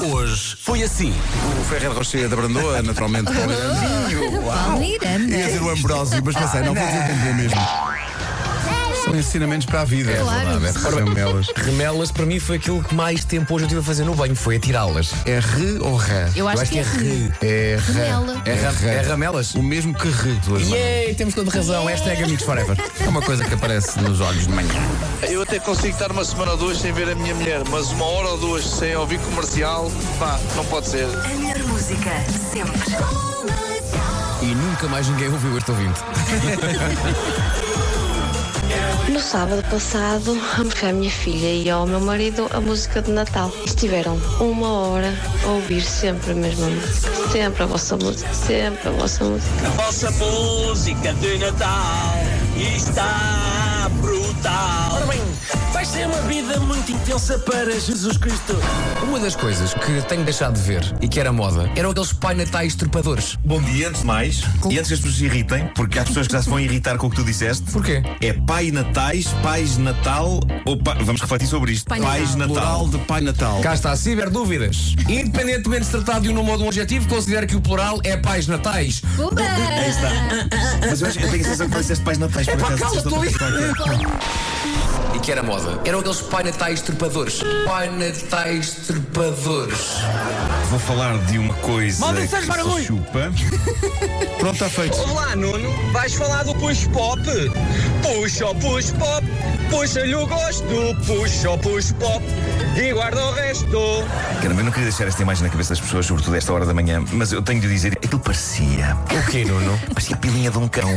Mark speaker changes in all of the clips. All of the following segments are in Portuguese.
Speaker 1: Hoje foi assim.
Speaker 2: O Ferreira Rocher da Brandoa, naturalmente. Palmeirinho.
Speaker 3: Palmeirante.
Speaker 2: Ia dizer o Ambrósio, mas pensei, não vou dizer o Cambô mesmo. São ensinamentos para a vida. É
Speaker 3: verdade,
Speaker 2: é remelas.
Speaker 1: Remelas para mim foi aquilo que mais tempo hoje eu tive a fazer no banho, foi atirá-las.
Speaker 2: É re ou ré?
Speaker 3: Eu acho que é re.
Speaker 2: É ré.
Speaker 3: Remela.
Speaker 1: É, ra-
Speaker 2: ré.
Speaker 1: é ramelas?
Speaker 2: O mesmo que re. duas mãos.
Speaker 1: Yay, temos toda razão. Hashtag amigos forever.
Speaker 2: É uma coisa que aparece nos olhos de manhã.
Speaker 4: Eu até consigo estar uma semana ou duas sem ver a minha mulher, mas uma hora ou duas sem ouvir comercial, pá, não pode ser.
Speaker 5: A melhor música sempre.
Speaker 1: E nunca mais ninguém ouviu este ouvinte.
Speaker 6: No sábado passado, amorei à minha filha e ao meu marido a música de Natal. Estiveram uma hora a ouvir sempre a mesma música. Sempre a vossa música, sempre a vossa música.
Speaker 7: Vossa música de Natal está brutal. Ora bem, vai ser uma vida muito intensa para Jesus Cristo.
Speaker 1: Uma das coisas que tenho deixado de ver e que era moda eram aqueles pai natais trepadores.
Speaker 8: Bom dia, antes de mais, e antes que as pessoas se irritem, porque há pessoas que já se vão irritar com o que tu disseste.
Speaker 1: Porquê?
Speaker 8: É pai natais, pais natal ou pa- Vamos refletir sobre isto.
Speaker 3: Pai
Speaker 8: pais natal.
Speaker 2: de Pai Natal.
Speaker 1: Cá está, ciberdúvidas. Independentemente de se tratar de um nome ou de um adjetivo, considero que o plural é pais natais.
Speaker 3: Uba!
Speaker 8: Aí está. Mas eu, acho, eu tenho a sensação que tu disseste pais natais por
Speaker 1: Epá,
Speaker 8: acaso.
Speaker 1: cala-te,
Speaker 8: disseste outra
Speaker 1: Luís.
Speaker 8: coisa qualquer.
Speaker 1: E que era moda. Eram aqueles pai natais trepadores. Pai natais trepadores.
Speaker 8: Vou falar de uma coisa.
Speaker 7: Maldição,
Speaker 8: que
Speaker 7: para,
Speaker 8: se
Speaker 7: Rui.
Speaker 8: Chupa.
Speaker 2: Pronto, está feito.
Speaker 7: Olá, Nuno, vais falar do push pop? Puxa o push pop, puxa-lhe o gosto, puxa o push pop e guarda o resto.
Speaker 8: Caramba, eu não queria deixar esta imagem na cabeça das pessoas, sobretudo esta hora da manhã, mas eu tenho de dizer, aquilo parecia.
Speaker 1: O quê, Nuno?
Speaker 8: Parecia a pilinha de um cão.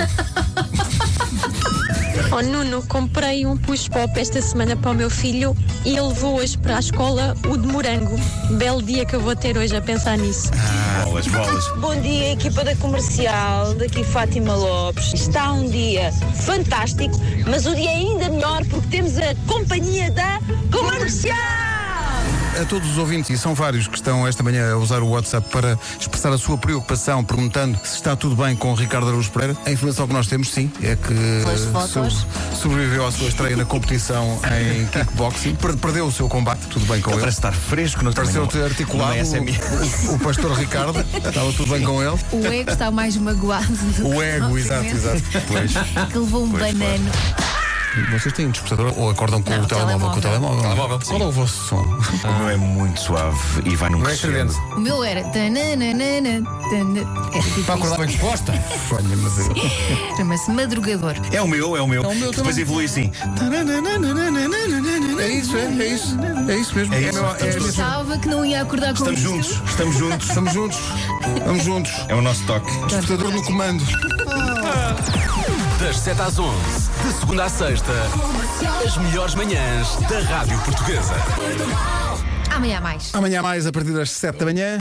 Speaker 9: Oh Nuno, comprei um push pop esta semana para o meu filho e ele levou hoje para a escola o de morango. Belo dia que eu vou ter hoje a pensar nisso.
Speaker 8: Ah, bolas, bolas.
Speaker 10: Bom dia, equipa da comercial, daqui Fátima Lopes. Está um dia fantástico, mas o dia é ainda melhor porque temos a companhia da comercial!
Speaker 2: A todos os ouvintes, e são vários que estão esta manhã a usar o WhatsApp para expressar a sua preocupação, perguntando se está tudo bem com o Ricardo Araújo Pereira. A informação que nós temos, sim, é que
Speaker 3: Pelas
Speaker 2: eh,
Speaker 3: fotos.
Speaker 2: sobreviveu à sua estreia na competição em kickboxing, Per- perdeu o seu combate, tudo bem com
Speaker 8: Ele
Speaker 2: ele.
Speaker 8: parece estar fresco, não
Speaker 2: Pareceu-te articulado
Speaker 8: um
Speaker 2: o, o pastor Ricardo, estava tudo bem com ele.
Speaker 3: O ego está mais magoado. do que
Speaker 2: O ego, exato,
Speaker 3: propriamente
Speaker 2: exato. Pois.
Speaker 3: Que levou um
Speaker 8: Pois,
Speaker 3: banano.
Speaker 2: Vocês têm um despertador ou acordam com
Speaker 3: Não,
Speaker 2: o telemóvel? Com o
Speaker 3: telemóvel.
Speaker 2: telemóvel?
Speaker 1: Telemóvel,
Speaker 2: Qual é o vosso som?
Speaker 8: O meu é muito suave e vai num
Speaker 1: Não é
Speaker 8: crescendo.
Speaker 1: excelente.
Speaker 3: O meu era. tananana, tana- Era tipo
Speaker 1: Para acordar bem disposta.
Speaker 2: Olha, mas eu-
Speaker 3: isto. Chama-se madrugador.
Speaker 8: É o meu, é o meu.
Speaker 2: É o meu
Speaker 8: Que depois
Speaker 2: também.
Speaker 8: evolui assim.
Speaker 2: É isso, é, é isso. É isso mesmo.
Speaker 8: É isso,
Speaker 2: meu-
Speaker 8: estamos
Speaker 2: mesmo.
Speaker 3: Pensava que não ia acordar com
Speaker 8: Estamos
Speaker 3: isto.
Speaker 8: juntos, estamos juntos.
Speaker 2: Estamos juntos. Estamos juntos.
Speaker 8: É o nosso toque.
Speaker 2: Despertador no comando.
Speaker 1: Das 7 às 11, de segunda à sexta, as melhores manhãs da Rádio Portuguesa.
Speaker 3: Amanhã há mais.
Speaker 2: Amanhã mais, a partir das 7 da manhã.